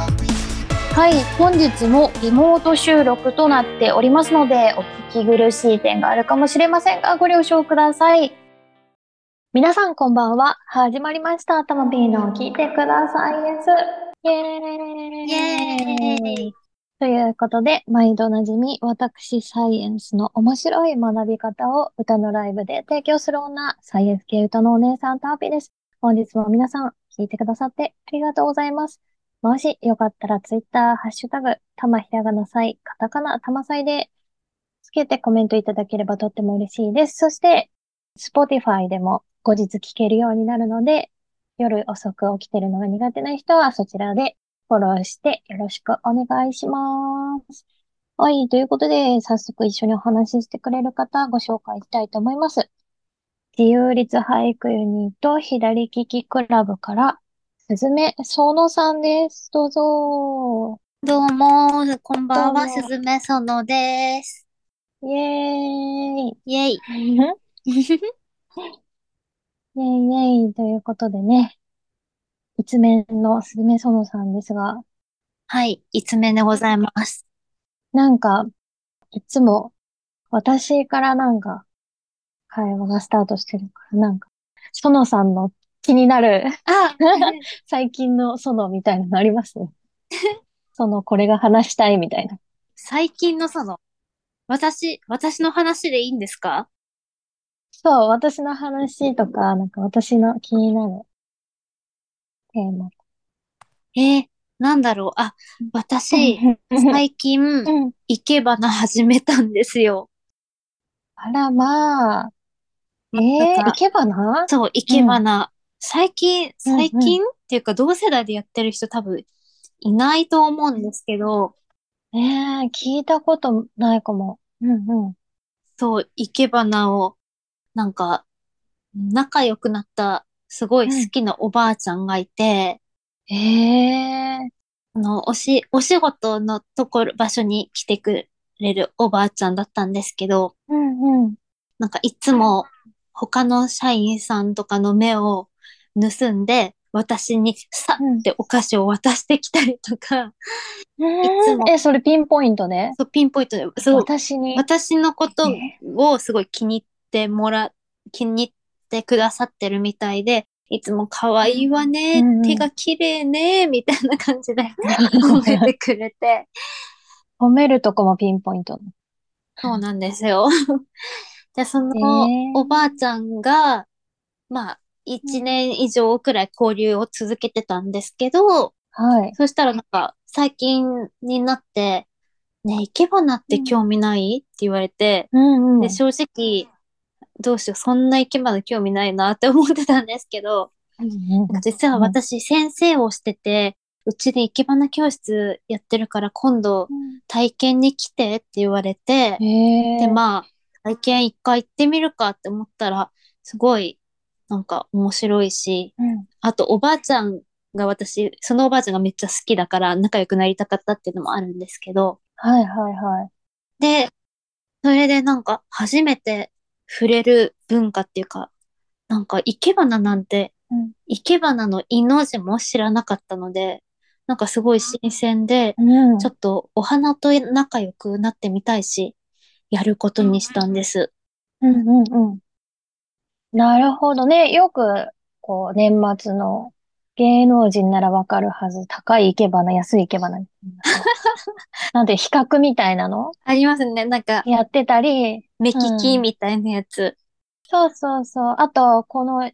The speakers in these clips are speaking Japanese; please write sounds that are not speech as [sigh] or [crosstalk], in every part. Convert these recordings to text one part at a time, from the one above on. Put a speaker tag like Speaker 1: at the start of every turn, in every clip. Speaker 1: はい、本日もリモート収録となっておりますので、お聞き苦しい点があるかもしれませんが、ご了承ください。皆さんこんばんは。始まりました。たまぴーの聞いてくださいです。イエーイ
Speaker 2: イエーイ
Speaker 1: ということで、毎度おなじみ、私、サイエンスの面白い学び方を歌のライブで提供する女、サイエンス系歌のお姉さん、たまぴーです。本日も皆さん、聞いてくださってありがとうございます。もしよかったらツイッター、ハッシュタグ、たまひらがなさい、カタカナ、たまさいでつけてコメントいただければとっても嬉しいです。そして、Spotify でも後日聞けるようになるので、夜遅く起きてるのが苦手な人はそちらでフォローしてよろしくお願いします。はい、ということで、早速一緒にお話ししてくれる方ご紹介したいと思います。自由律俳句ユニット左利きクラブから、すずめそのさんです。どうぞ。
Speaker 2: どうも、こんばん
Speaker 1: ど
Speaker 2: は、
Speaker 1: う
Speaker 2: す
Speaker 1: も
Speaker 2: ずめそのです。
Speaker 1: イエーイ。
Speaker 2: イェ
Speaker 1: [laughs]
Speaker 2: イ。
Speaker 1: イェイイェイということでね、一面のすずめそのさんですが、
Speaker 2: はい、いつめでございます。
Speaker 1: なんか、いつも私からなんか会話がスタートしてるから、なんか、そのさんの気になる
Speaker 2: あ
Speaker 1: 最近のそのみたいなのありますね。そのこれが話したいみたいな。
Speaker 2: 最近のその、私、私の話でいいんですか
Speaker 1: そう、私の話とか、なんか私の気になるテーマ。
Speaker 2: えー、なんだろう。あ、私、最近、
Speaker 1: うん
Speaker 2: 生け花始めたんですよ。
Speaker 1: あら、まあ。ええ
Speaker 2: なん
Speaker 1: ー、
Speaker 2: か
Speaker 1: いけばな
Speaker 2: そう、生け花。最近、
Speaker 1: うんうん
Speaker 2: 最近、っていうか、同世代でやってる人多分、いないと思うんですけど、
Speaker 1: ええー、聞いたことないかも。うんうん。
Speaker 2: そう、生け花を、なんか、仲良くなった、すごい好きなおばあちゃんがいて、
Speaker 1: ええ
Speaker 2: あの、おし、お仕事のところ、場所に来てくれるおばあちゃんだったんですけど、
Speaker 1: うんうん。
Speaker 2: なんかいつも他の社員さんとかの目を盗んで、私にさ
Speaker 1: うん
Speaker 2: ってお菓子を渡してきたりとか、つも
Speaker 1: えーえ、それピンポイントで
Speaker 2: そう、ピンポイントで、すごい、
Speaker 1: 私に。
Speaker 2: 私のこと
Speaker 1: え
Speaker 2: をすごい気に入ってもら、気に入ってくださってるみたいで、いつも可愛いわね、
Speaker 1: うんうん
Speaker 2: 手が綺麗ね、みたいな感じ
Speaker 1: [laughs]
Speaker 2: で褒めてくれて。
Speaker 1: 褒めるとこもピンポイント。
Speaker 2: そうなんですよ。 [laughs] で、その
Speaker 1: えー
Speaker 2: おばあちゃんが、まあ、一年以上くらい交流を続けてたんですけど、
Speaker 1: はい。
Speaker 2: そしたらなんか、最近になって、ねえ、生け花って興味ない、って言われて、
Speaker 1: うんうん。
Speaker 2: で、正直、どうしよう、そんな生き物興味ないなって思ってたんですけど、
Speaker 1: うんうん
Speaker 2: なんか実は私、先生をしてて、うちで生け花教室やってるから、今度体験に来てって言われて、
Speaker 1: ええ
Speaker 2: で、まあ、体験一回行ってみるかって思ったら、すごい、なんか面白いし、
Speaker 1: うん
Speaker 2: あと、おばあちゃんが私、そのおばあちゃんがめっちゃ好きだから、仲良くなりたかったっていうのもあるんですけど、
Speaker 1: はいはいはい。
Speaker 2: で、それでなんか初めて触れる文化っていうか、なんか生け花なんて
Speaker 1: うん、
Speaker 2: 生け花のイの字も知らなかったので、なんかすごい新鮮で、
Speaker 1: うん。
Speaker 2: ちょっとお花と仲良くなってみたいし、やることにしたんです。
Speaker 1: うんうんうん。なるほどね。よく、こう、年末の芸能人ならわかるはず。高い生け花、安い生け花。なんて、比較みたいなの
Speaker 2: ありますね。なんか、
Speaker 1: やってたり、
Speaker 2: 目利き
Speaker 1: うん
Speaker 2: みたいなやつ。
Speaker 1: そうそうそう。あと、この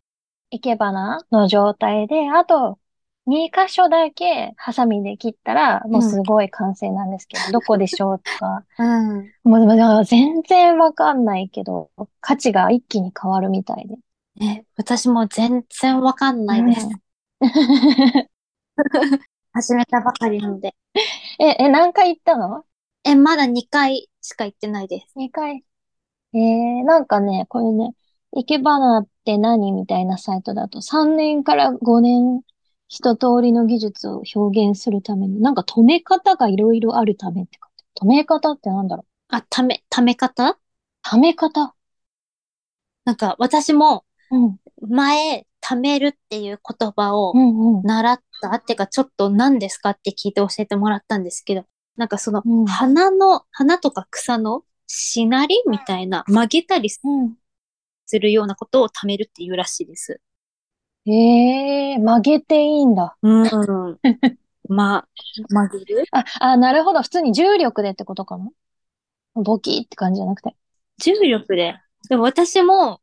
Speaker 1: 生け花の状態で、あと、2箇所だけハサミで切ったら、もうすごい完成なんですけど、どこでしょうとか。
Speaker 2: うん。
Speaker 1: もう、もう全然わかんないけど、価値が一気に変わるみたいで。
Speaker 2: ね、私も全然わかんないです。始めたばかりなので。
Speaker 1: え、え、何回行ったの
Speaker 2: え、まだ2回しか行ってないです。
Speaker 1: ?2 回。えー、なんかね、これね、生け花って何みたいなサイトだと、3年から5年、一通りの技術を表現するために、なんか止め方がいろいろあるためって書いてある止め方ってなんだろう
Speaker 2: あ、ため、ため方
Speaker 1: ため方
Speaker 2: なんか私も
Speaker 1: うん、
Speaker 2: 前、貯めるっていう言葉を
Speaker 1: うん、うん。
Speaker 2: 習っったってか、ちょっと何ですかって聞いて教えてもらったんですけど、なんかその
Speaker 1: うん、
Speaker 2: 花の、花とか草のしなりみたいな、曲げたりす
Speaker 1: うん。
Speaker 2: るようなことを貯めるっていうらしいです。
Speaker 1: ええ曲げていいんだ。
Speaker 2: うん。 [laughs] ま、曲げる
Speaker 1: あ、あ、なるほど。普通に重力でってことかなボキって感じじゃなくて。
Speaker 2: 重力で。でも私も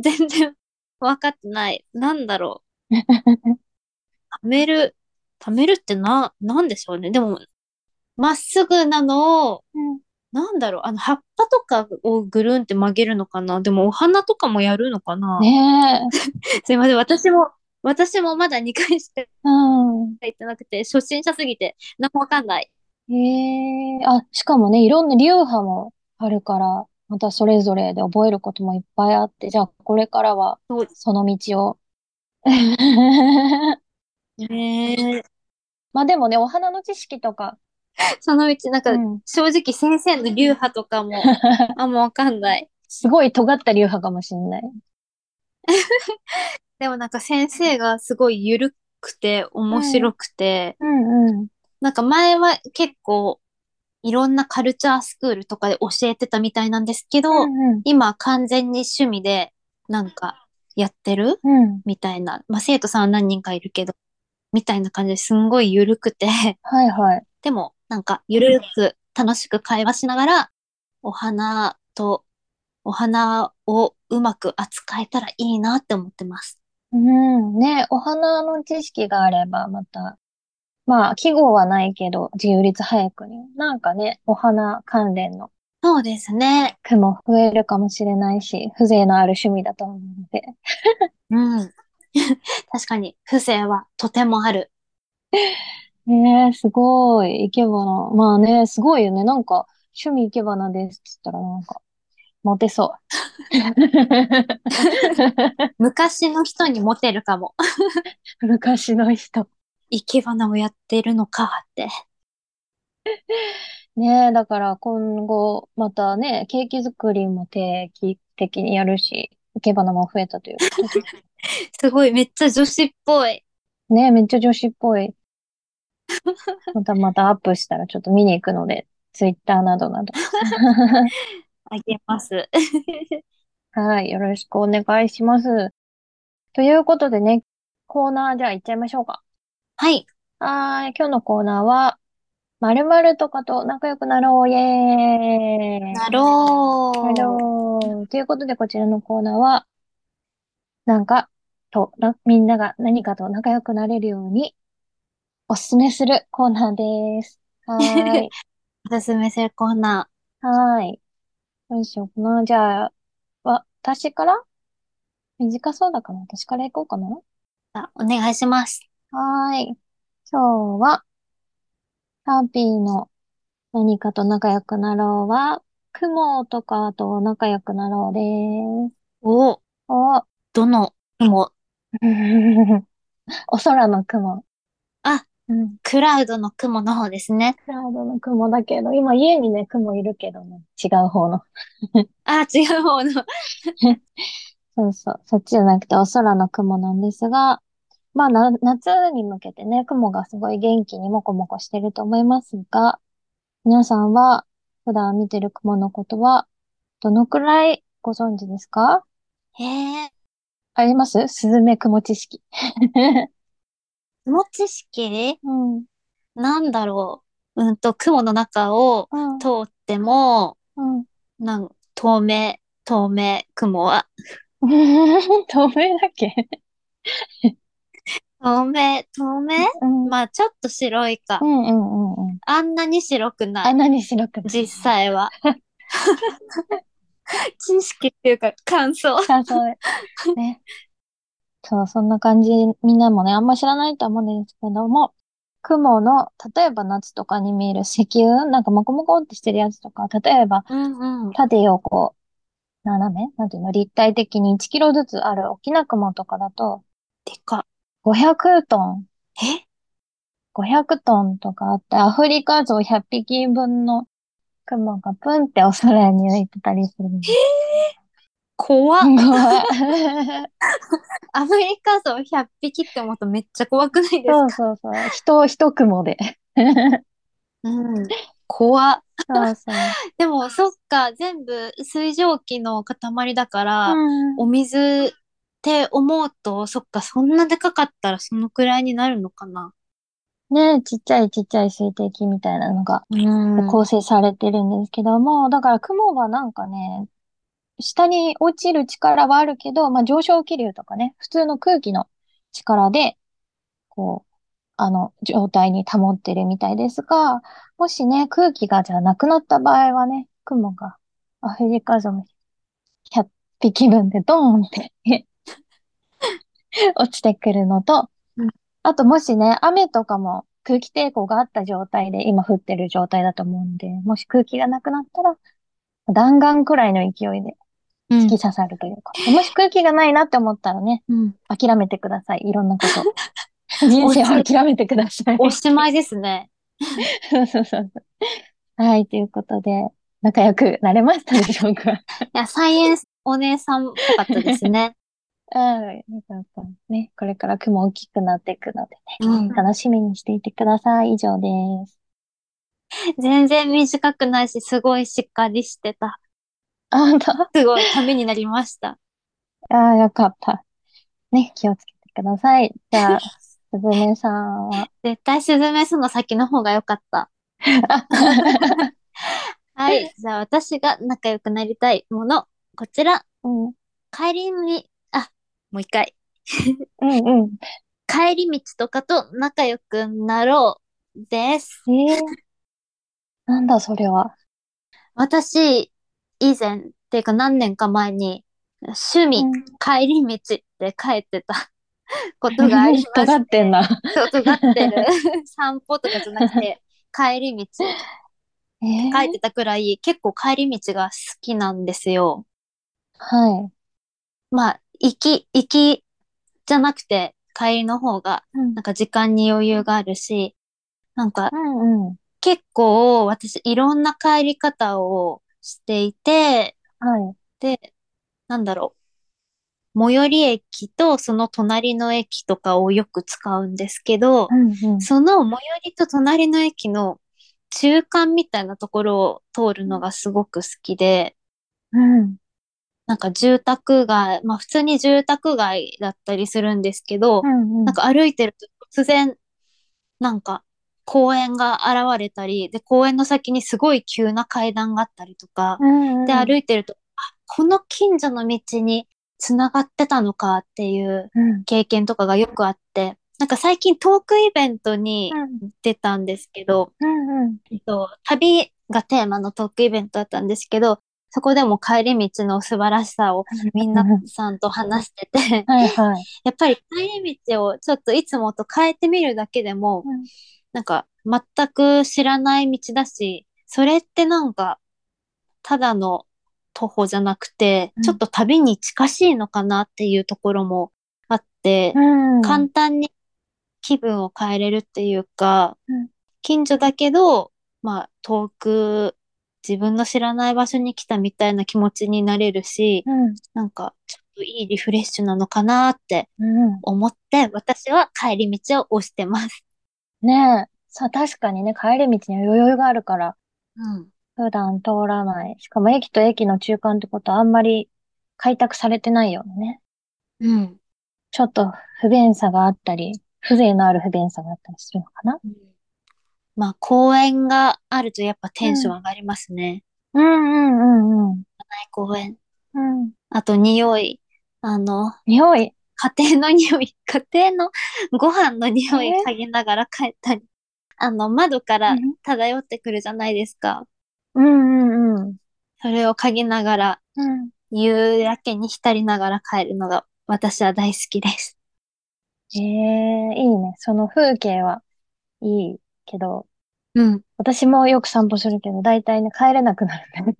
Speaker 2: 全然分かってない。なんだろう。貯める。貯めるってな、なんでしょうね。でも、まっすぐなのを、
Speaker 1: [laughs] うん。
Speaker 2: なんだろう。あの、葉っぱとかをぐるんって曲げるのかな。でも、お花とかもやるのかな。
Speaker 1: ねえ。
Speaker 2: すいません。私も、私もまだ2回しか
Speaker 1: うん。
Speaker 2: 行ってなくて、初心者すぎて、何もわかんない。
Speaker 1: ええあ、しかもね、いろんな流派もあるから、またそれぞれで覚えることもいっぱいあって、じゃあこれからは
Speaker 2: そう
Speaker 1: その道を。 [laughs]
Speaker 2: ねえ。
Speaker 1: まあでもね、お花の知識とか。
Speaker 2: そのうち、なんか
Speaker 1: う、ん。
Speaker 2: 正直先生の流派
Speaker 1: [laughs]
Speaker 2: とかも、あ、もうわかんない。
Speaker 1: すごい尖った流派かもしんない。
Speaker 2: でもなんか先生がすごい緩くて面白くて、
Speaker 1: うんうん。
Speaker 2: なんか前は結構いろんなカルチャースクールとかで教えてたみたいなんですけど、
Speaker 1: うん
Speaker 2: 今完全に趣味でなんかやってる
Speaker 1: うん。うん。
Speaker 2: みたいな。まあ生徒さんは何人かいるけど、みたいな感じですんごい緩くて、 [laughs]
Speaker 1: はいはい。
Speaker 2: でもなんか緩く楽しく会話しながらお花とお花をうまく扱えたらいいなって思ってます。
Speaker 1: うん。ね、お花の知識があれば、また、まあ、季語はないけど、自由律俳句に、なんかね、お花関連の
Speaker 2: そうですね。
Speaker 1: 句も増えるかもしれないし、風情のある趣味だと思うので。
Speaker 2: うん。 [laughs] 確かに、風情はとてもある。
Speaker 1: ねえ、すごい、生け花。まあね、すごいよね。なんか、趣味生け花ですって言ったら、なんか、モテそう [laughs]
Speaker 2: 昔の人にモテるかも。。 [laughs]
Speaker 1: 昔の人。
Speaker 2: 生け花をやってるのかって。
Speaker 1: ねえ、だから今後、またね、ケーキ作りも定期的にやるし、生け花も増えたというか。
Speaker 2: すごい、めっちゃ女子っぽい。
Speaker 1: ねえ、めっちゃ女子っぽい。またまたアップしたらちょっと見に行くので、ツイッターなどなど。
Speaker 2: あげ [laughs] ます。
Speaker 1: はい、よろしくお願いします。ということでね、コーナーじゃあ行っちゃいましょうか。
Speaker 2: はい。
Speaker 1: はーい、今日のコーナーは、〇〇とかと仲良くなろう、イエーイ。
Speaker 2: なろう。
Speaker 1: なろう。ということで、こちらのコーナーは、なんか、と、な、みんなが何かと仲良くなれるように、おすすめするコーナーです。はーい。
Speaker 2: おすすめするコーナ
Speaker 1: はーい。どうしようかな。じゃあ、わ、私から短そうだから、私から行こうかな。
Speaker 2: ー。あお願いします。
Speaker 1: はーい。今日は、ハッピーの何かと仲良くなろうは、雲とかと仲良くなろうです。
Speaker 2: お
Speaker 1: お、 [laughs]
Speaker 2: どの雲
Speaker 1: お空の雲。
Speaker 2: あ、
Speaker 1: うん。
Speaker 2: クラウドの雲の方ですね。
Speaker 1: クラウドの雲だけど、今家にね、雲いるけどね、違う方の。
Speaker 2: あ、違う方の。
Speaker 1: そうそう、そっちじゃなくてお空の雲なんですが、まあな、夏に向けてね、雲がすごい元気にもこもこしてると思いますが、皆さんは普段見てる雲のことはどのくらいご存知ですか
Speaker 2: へえ。
Speaker 1: ありますスズメ雲知識。
Speaker 2: 雲知識
Speaker 1: [laughs] うん、うん、
Speaker 2: なんだろう。うんと、雲の中を通っても、
Speaker 1: うん。
Speaker 2: なん、透明、透明、雲は。
Speaker 1: [laughs] 透明だっけ
Speaker 2: 透明、透明
Speaker 1: うん、うん、
Speaker 2: まあ、ちょっと白いか
Speaker 1: う。ん、うんうん。
Speaker 2: あんなに白くな
Speaker 1: あ、
Speaker 2: い。
Speaker 1: 何白くない
Speaker 2: 実際は。 [laughs] 知識っていうか、感想。
Speaker 1: 感想で。 [laughs] ね。そう、そんな感じ、みんなもね、あんま知らないと思うんですけども、雲の、例えば夏とかに見える石雲、なんかモコモコってしてるやつとか、例えば
Speaker 2: うんうん。
Speaker 1: 縦をこう、斜めなんていうの、立体的に1キロずつある大きな雲とかだと、
Speaker 2: てか、
Speaker 1: 500トン、
Speaker 2: え
Speaker 1: 500トンとかあって、アフリカゾウ100匹分の雲がプンってお空に浮いてたりするんです。
Speaker 2: 怖っ。
Speaker 1: 怖い
Speaker 2: アメリカゾウ100匹って思うとめっちゃ怖くないですか
Speaker 1: そうそうそう。人、一雲で。
Speaker 2: うん。怖っ。
Speaker 1: そうそう。
Speaker 2: でも、そっか、全部水蒸気の塊だから、
Speaker 1: うん
Speaker 2: お水って思うと、そっか、そんなでかかったらそのくらいになるのかな。
Speaker 1: ねちっちゃいちっちゃい水滴みたいなのが
Speaker 2: うん
Speaker 1: 構成されてるんですけども、だから雲はなんかね、下に落ちる力はあるけど、まあ上昇気流とかね、普通の空気の力で、こう、あの、状態に保ってるみたいですが、もしね、空気がじゃあなくなった場合はね、雲がアフリカゾウ100匹分でドーンって [laughs] 落ちてくるのと
Speaker 2: うん、
Speaker 1: あともしね、雨とかも空気抵抗があった状態で、今降ってる状態だと思うんで、もし空気がなくなったら、弾丸くらいの勢いで
Speaker 2: うん
Speaker 1: 突き刺さるというか、もし空気がないなって思ったらね、
Speaker 2: うん
Speaker 1: 諦めてください。いろんなこと。
Speaker 2: [laughs]
Speaker 1: 人生を諦めてください。
Speaker 2: おしまいですね。
Speaker 1: そうそうそうそう。 [laughs] はい、ということで、仲良くなれましたでしょう
Speaker 2: [laughs]
Speaker 1: か
Speaker 2: いや、サイエンスお姉さんっぽかったですね。
Speaker 1: はい、よかったですね。これから雲大きくなっていくので
Speaker 2: うん
Speaker 1: ね、楽しみにしていてください。以上です。
Speaker 2: 全然短くないし、すごいしっかりしてた。
Speaker 1: あ、本当あ
Speaker 2: すごいためになりました。
Speaker 1: ーよかった。ね、気をつけてください。じゃあ、すずめさん
Speaker 2: [laughs]
Speaker 1: は。
Speaker 2: 絶対スズメスの先の方が良かった。はい。じゃあ私が仲良くなりたいもの、こちら。
Speaker 1: うん、うん、
Speaker 2: 帰りに、あ、もう一回。
Speaker 1: うん。
Speaker 2: 帰り道とかと仲良くなろうです。
Speaker 1: ええなんだそれは。
Speaker 2: 私、以前、っていうか何年か前に、趣味、
Speaker 1: うん
Speaker 2: 帰り道って書いてたことがあり
Speaker 1: [laughs]
Speaker 2: まして。
Speaker 1: 尖ってんな。
Speaker 2: そう、尖ってる。 [laughs] 散歩とかじゃなくて、帰り道って
Speaker 1: ええ
Speaker 2: 書いてたくらい、結構帰り道が好きなんですよ。
Speaker 1: はい。
Speaker 2: まあ、行き、行きじゃなくて、帰りの方が、
Speaker 1: うん
Speaker 2: なんか時間に余裕があるし、なんか
Speaker 1: うんうん。
Speaker 2: 結構私いろんな帰り方をしていて、
Speaker 1: はい。
Speaker 2: で、なんだろう。最寄り駅とその隣の駅とかをよく使うんですけど
Speaker 1: う、んうん。
Speaker 2: その最寄りと隣の駅の中間みたいなところを通るのがすごく好きで、
Speaker 1: うん。
Speaker 2: なんか住宅街、まあ普通に住宅街だったりするんですけど
Speaker 1: う、んうん。
Speaker 2: なんか歩いてると突然、なんか公園が現れたり、で、公園の先にすごい急な階段があったりとか
Speaker 1: う、んうん、
Speaker 2: で、歩いてると、あ、この近所の道に繋がってたのかっていう
Speaker 1: うん。
Speaker 2: 経験とかがよくあって、なんか最近トークイベントに
Speaker 1: うん
Speaker 2: 出たんですけど、
Speaker 1: うんうん。
Speaker 2: えっと、旅がテーマのトークイベントだったんですけど、そこでも帰り道の素晴らしさをみんなさんと話してて、
Speaker 1: はいはい。
Speaker 2: やっぱり帰り道をちょっといつもと変えてみるだけでも、
Speaker 1: うん
Speaker 2: なんか全く知らない道だし、それってなんかただの徒歩じゃなくて、
Speaker 1: うん
Speaker 2: ちょっと旅に近しいのかなっていうところもあって、
Speaker 1: うん。
Speaker 2: 簡単に気分を変えれるっていうか、
Speaker 1: うん
Speaker 2: 近所だけど、まあ遠く自分の知らない場所に来たみたいな気持ちになれるし、
Speaker 1: うん。
Speaker 2: なんかちょっといいリフレッシュなのかなって
Speaker 1: うん。
Speaker 2: 思って、私は帰り道を押してます。
Speaker 1: ねえ。そう、確かにね、帰り道に余裕があるから、
Speaker 2: うん。
Speaker 1: 普段通らない。しかも駅と駅の中間ってことはあんまり開拓されてないよね。
Speaker 2: うん。
Speaker 1: ちょっと不便さがあったり、風情のある不便さがあったりするのかな。
Speaker 2: まあ、公園があるとやっぱテンション上がりますね。
Speaker 1: うんうんうん
Speaker 2: はい公園。
Speaker 1: うん。うん。
Speaker 2: あと、匂い。あの、
Speaker 1: 匂い。
Speaker 2: 家庭の匂い、 [laughs] 家庭のご飯の匂い
Speaker 1: えー
Speaker 2: 嗅ぎながら帰ったり。あの、窓から
Speaker 1: うん
Speaker 2: 漂ってくるじゃないですか。
Speaker 1: うんうんうん。
Speaker 2: それを嗅ぎながら、
Speaker 1: うん。
Speaker 2: 夕焼けに浸りながら帰るのが私は大好きです。
Speaker 1: ええいいね。その風景はいいけど、
Speaker 2: うん。
Speaker 1: 私もよく散歩するけど、だいたいね、帰れなくなる [laughs] んだよね。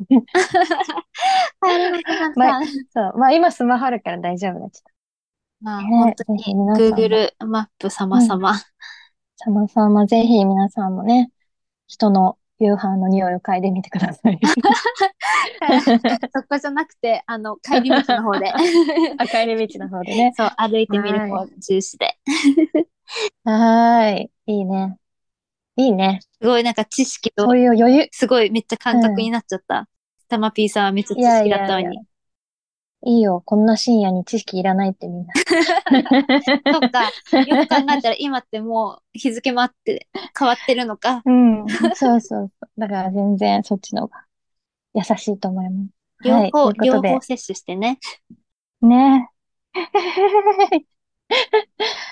Speaker 2: 帰れなくなった。
Speaker 1: まそう。まあ今スマホあるから大丈夫だけ
Speaker 2: まあ、
Speaker 1: ど
Speaker 2: 本
Speaker 1: ね。
Speaker 2: 当
Speaker 1: ぜひ皆さんも、
Speaker 2: に Google マップ様様。
Speaker 1: さまさま、ぜひ皆さんもね、人の夕飯の匂いを嗅いでみてくだ [laughs] さい。
Speaker 2: そこじゃなくて、あの、帰り道の
Speaker 1: [laughs]
Speaker 2: 方で。
Speaker 1: 赤い道の方でね。
Speaker 2: そう、歩いてみる方重視で。
Speaker 1: はーい。いいね。いいね。
Speaker 2: すごいなんか知識と
Speaker 1: そういう余裕。
Speaker 2: すごいめっちゃ感覚になっちゃった。たまぴーさんはめっちゃ知識だったの
Speaker 1: いやいやい
Speaker 2: に。
Speaker 1: いいよ。こんな深夜に知識いらないってみ [laughs] んな。
Speaker 2: そっか。よく考えたら今ってもう日付もあって変わってるのか。
Speaker 1: うん。そうそうそう。だから全然そっちの方が優しいと思います。
Speaker 2: 両方、
Speaker 1: [laughs] はい。というこ
Speaker 2: 両
Speaker 1: とで
Speaker 2: 方。摂取してね。
Speaker 1: ね。 [laughs]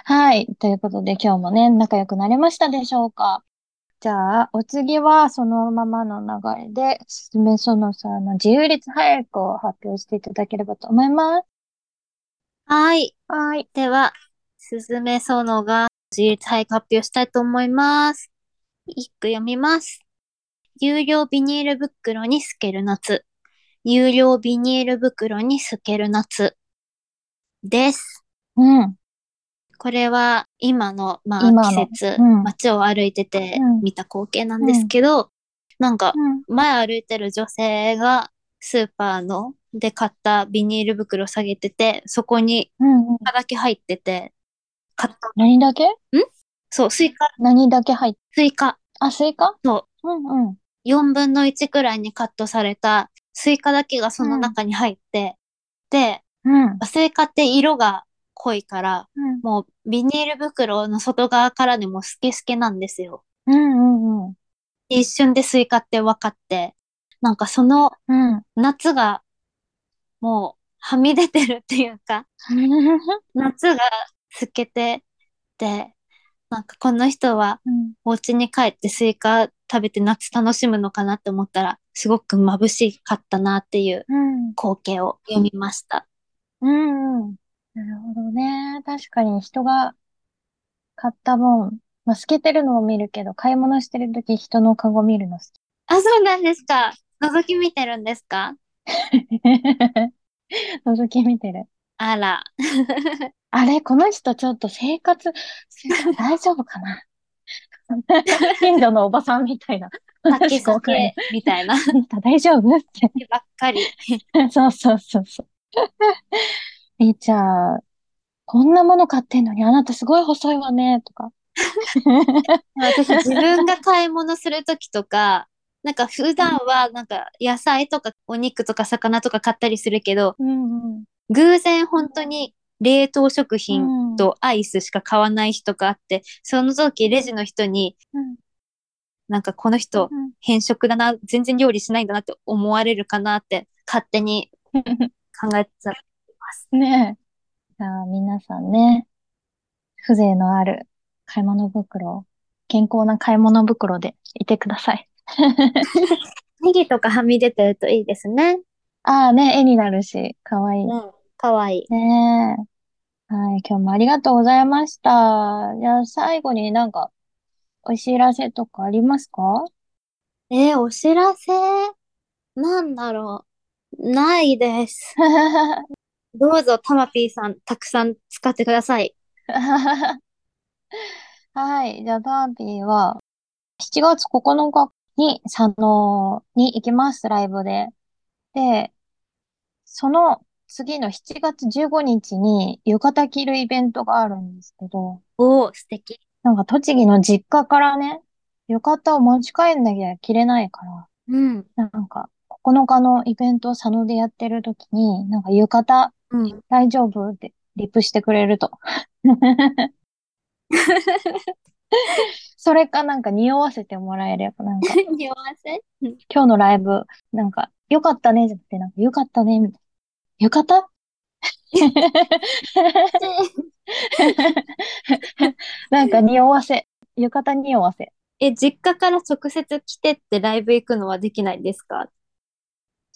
Speaker 1: はい。ということで今日もね、仲良くなれましたでしょうかじゃあ、お次はそのままの流れで、すすめそのさんの自由律俳句を発表していただければと思います。
Speaker 2: はい。
Speaker 1: はい。
Speaker 2: では、すずめそのが自立俳句発表したいと思います。一句読みます。有料ビニール袋に透ける夏。有料ビニール袋に透ける夏。です。
Speaker 1: うん。うん。
Speaker 2: これは今の、ま
Speaker 1: 今の
Speaker 2: あ、季節、
Speaker 1: うん
Speaker 2: 街を歩いてて
Speaker 1: うん
Speaker 2: 見た光景なんですけど、なんか前歩いてる女性がスーパーので買ったビニール袋を下げてて、そこに
Speaker 1: うん。
Speaker 2: イカだけ入ってて、買った、
Speaker 1: 何だけ
Speaker 2: そう、スイカ、
Speaker 1: 何だけ入って、
Speaker 2: スイカ、
Speaker 1: あ、スイカ。
Speaker 2: そ
Speaker 1: う
Speaker 2: う
Speaker 1: んうん。
Speaker 2: 4分の1くらいにカットされたスイカだけがその中に入って、で、
Speaker 1: うん。
Speaker 2: スイカって色が濃いから、
Speaker 1: うん
Speaker 2: もうビニール袋の外側からでもスケスケなんですよ。
Speaker 1: うんうん
Speaker 2: 一瞬でスイカって分かって、なんかその
Speaker 1: うん。うん。
Speaker 2: 夏がもうはみ出てるっていうか、夏が透けてて、なんかこの人は
Speaker 1: うん
Speaker 2: お家に帰ってスイカ食べて夏楽しむのかなって思ったら、すごく眩しかったなっていう
Speaker 1: うん。
Speaker 2: 光景を読みました。
Speaker 1: うんうん。なるほどね。確かに人が買ったもん。まあ、透けてるのを見るけど、買い物してるとき人のカゴ見るの好き。
Speaker 2: あ、そうなんですか。覗き見てるんですか
Speaker 1: 覗き見てる。
Speaker 2: あ [laughs] ら。
Speaker 1: あれ、この人ちょっと生活、生活大丈夫かな近所のおばさんみたいな。
Speaker 2: 酒
Speaker 1: 確かに
Speaker 2: 酒みたい [laughs] な。
Speaker 1: あんた大丈夫って。
Speaker 2: ばっかり。
Speaker 1: [laughs] そうそうそうそう。え、じゃあ、こんなもの買ってんのにあなたすごい細いわね、とか。
Speaker 2: 私自分が買い物する時とか、なんか普段はなんか野菜とかお肉とか魚とか買ったりするけど、
Speaker 1: うんうん。
Speaker 2: 偶然本当に冷凍食品
Speaker 1: うん
Speaker 2: とアイスしか買わない日とかあって、その時レジの人に
Speaker 1: うん
Speaker 2: なんかこの人
Speaker 1: うん
Speaker 2: 偏食だな、全然料理しないんだなって思われるかなって勝手 [laughs] に考えてた。
Speaker 1: ねえ。じゃあ、皆さんね、風情のある買い物袋、健康な買い物袋でいてください。
Speaker 2: ネギとかはみ出てるといいですね。
Speaker 1: ああね、絵になるし、かわいい。
Speaker 2: うん。かわいい。
Speaker 1: ねえ。はい、今日もありがとうございました。じゃあ、最後になんか、お知らせとかありますか
Speaker 2: えーお知らせなんだろう。ないです。どうぞ、たまぴーさん、たくさん使ってください。
Speaker 1: [laughs] はい。じゃあ、ダービーは、7月9日に佐野に行きます、ライブで。で、その次の7月15日に浴衣着るイベントがあるんですけど、
Speaker 2: おー、素敵。
Speaker 1: なんか栃木の実家からね、浴衣を持ち帰んなきゃ着れないから、
Speaker 2: うん。
Speaker 1: なんか9日のイベントを佐野でやってる時に、なんか浴衣
Speaker 2: [laughs] うん。
Speaker 1: 大丈夫ってリプしてくれると。 [laughs] それかなんか匂わせてもらえれば、なんか、 [laughs]
Speaker 2: 匂わせ
Speaker 1: 今日のライブ、なんか、よかったね、じゃなくて、なんか、よかったね、みたいな。浴衣 [laughs] なんか、匂わせ。浴衣匂わせ。
Speaker 2: え、実家から直接来てってライブ行くのはできないんですか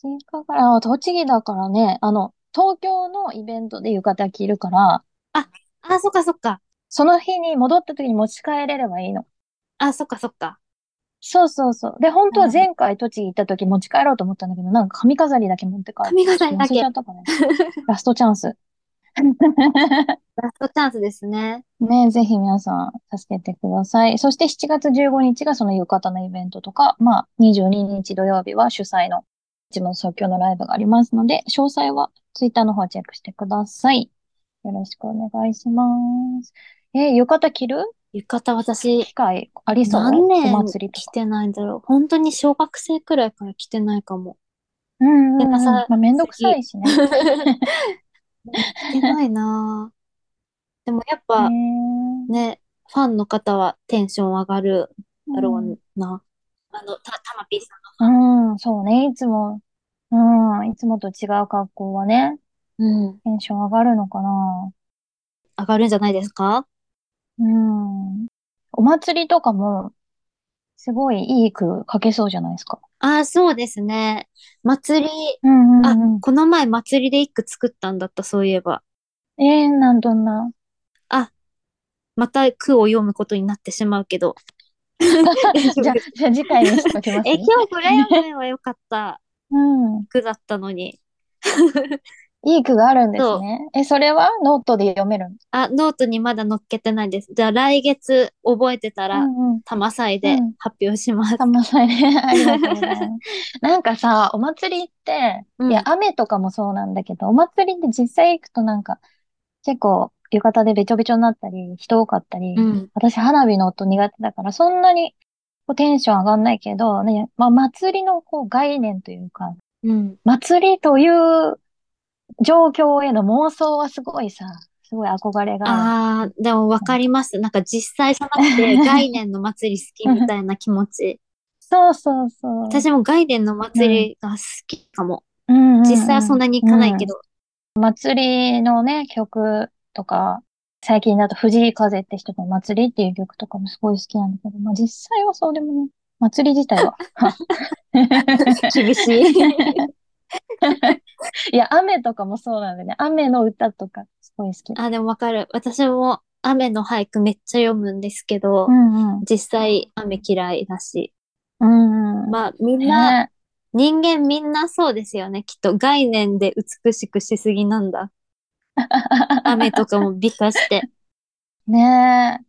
Speaker 1: 実家から、あ栃木だからね、あの、東京のイベントで浴衣着るから、
Speaker 2: あ、そっかそっか。
Speaker 1: その日に戻った時に持ち帰れればいいの。
Speaker 2: あ、そっかそっか。
Speaker 1: そうそうそう。で、本当は
Speaker 2: なるほど
Speaker 1: 前回栃木行った時持ち帰ろうと思ったんだけど、なんか髪飾りだけ持って帰って。
Speaker 2: 髪飾りだ
Speaker 1: 忘れ
Speaker 2: け
Speaker 1: [laughs] ちゃ。ったかな。ラストチャンス。
Speaker 2: ラストチャンスですね。
Speaker 1: ね、ぜひ皆さん助けてください。そして7月15日がその浴衣のイベントとか、まあ22日土曜日は主催の一問即興のライブがありますので、詳細はツイッターの方チェックしてください。よろしくお願いします。え、浴衣着る
Speaker 2: 浴衣私、
Speaker 1: 機会ありそう
Speaker 2: 何年
Speaker 1: お祭りと
Speaker 2: 着
Speaker 1: か。
Speaker 2: てないんだろう。本当に小学生くらいから着てないかも。
Speaker 1: うんうんうん。
Speaker 2: てかさ
Speaker 1: まあ、めんどくさいしね。
Speaker 2: 着てないなぁでもやっぱ
Speaker 1: ね
Speaker 2: ね、ファンの方はテンション上がるだろ
Speaker 1: うん
Speaker 2: うな。あの、た、たまぴーさ
Speaker 1: うん、そうね。いつも、うん、いつもと違う格好はね、
Speaker 2: ん。うん。
Speaker 1: テンション上がるのかな。
Speaker 2: 上がるんじゃないですか
Speaker 1: うん。お祭りとかも、すごいいい句書けそうじゃないですか。
Speaker 2: ああ、そうですね。祭り、
Speaker 1: うんうん
Speaker 2: あ
Speaker 1: うん、
Speaker 2: この前祭りで一句作ったんだった、そういえば。
Speaker 1: えー、なん、どん
Speaker 2: [laughs]
Speaker 1: な。
Speaker 2: また句を読むことになってしまうけど。
Speaker 1: じゃあ、じゃあ次回にしときます
Speaker 2: [laughs] え、
Speaker 1: ね
Speaker 2: 今。日フライアンは良かった [laughs]
Speaker 1: うん。
Speaker 2: 句だったのに。
Speaker 1: いい句があるんです
Speaker 2: そう
Speaker 1: ね。え、それはノートで読めるんです
Speaker 2: あ、ノートにまだ載っけてないです。じゃあ来月覚えてた
Speaker 1: かう
Speaker 2: ら、
Speaker 1: んうん。
Speaker 2: たま祭で
Speaker 1: うん
Speaker 2: 発表します。
Speaker 1: さんまさんね、ありがとうご
Speaker 2: [laughs]
Speaker 1: ざいます。なんかさ、お祭りって、
Speaker 2: うん
Speaker 1: いや、雨とかもそうなんだけど、お祭りって実際行くとなんか、結構、浴衣でべちょべちょになったり、人多かったり、
Speaker 2: うん。
Speaker 1: 私花火の音苦手だから、そんなにこうテンション上がんないけど、ね、まあ、祭りのこう概念というか、
Speaker 2: うん。
Speaker 1: 祭りという状況への妄想はすごいさ、すごい憧れがある。
Speaker 2: ああ、でもわかります。なんか実際じゃなくて、概念の祭り好きみたいな気持ち。
Speaker 1: そうそうそう。
Speaker 2: 私も概念の祭りが好きかも。
Speaker 1: うんうんうん
Speaker 2: 実際はそんなに行かないけど。
Speaker 1: 祭りのね、曲とか、最近だと藤井風って人の祭りっていう曲とかもすごい好きなんだけど、まあ実際はそうでもね、祭り自体
Speaker 2: [laughs]
Speaker 1: は。
Speaker 2: 厳しい。
Speaker 1: いや、雨とかもそうなんでね、雨の歌とかすごい好き。
Speaker 2: あ、でもわかる。私も雨の俳句めっちゃ読むんですけど、
Speaker 1: うんうん。
Speaker 2: 実際雨嫌いだし。
Speaker 1: うんうん。
Speaker 2: まあみんな、
Speaker 1: ね、
Speaker 2: 人間みんなそうですよね。きっと概念で美しくしすぎなんだ。雨とかも美化 [laughs] して。
Speaker 1: [laughs] ねえ。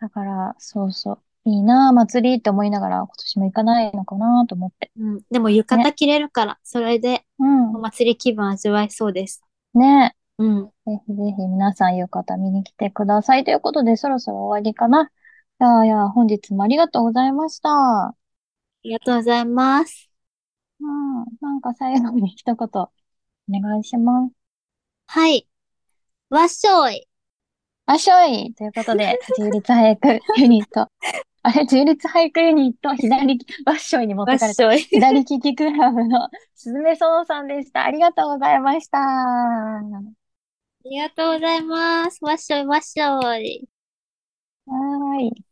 Speaker 1: だから、そうそう。いいなあ、祭りって思いながら、今年も行かないのかなと思って。
Speaker 2: うん、でも浴衣着れるから、それで
Speaker 1: うん
Speaker 2: お。祭り気分味わえそうです。
Speaker 1: ねえ。
Speaker 2: うん。
Speaker 1: ぜひぜひ皆さんよかったら見に来てください。ということで、そろそろ終わりかな。いやいや、本日もありがとうございました。
Speaker 2: ありがとうございます。
Speaker 1: うん。なんか最後に一言、お願いします。
Speaker 2: はい。わっしょい。
Speaker 1: あしょいということで、自由律俳句ユニット。あれ、自由律俳句ユニット、左利き、わっしょいに持っ
Speaker 2: わ
Speaker 1: て
Speaker 2: っ
Speaker 1: かれた
Speaker 2: しょい。
Speaker 1: 左利きクラブのすずめそのさんでした。ありがとうございました。
Speaker 2: ありがとうございます。わっしょいわっしょい。
Speaker 1: はーい。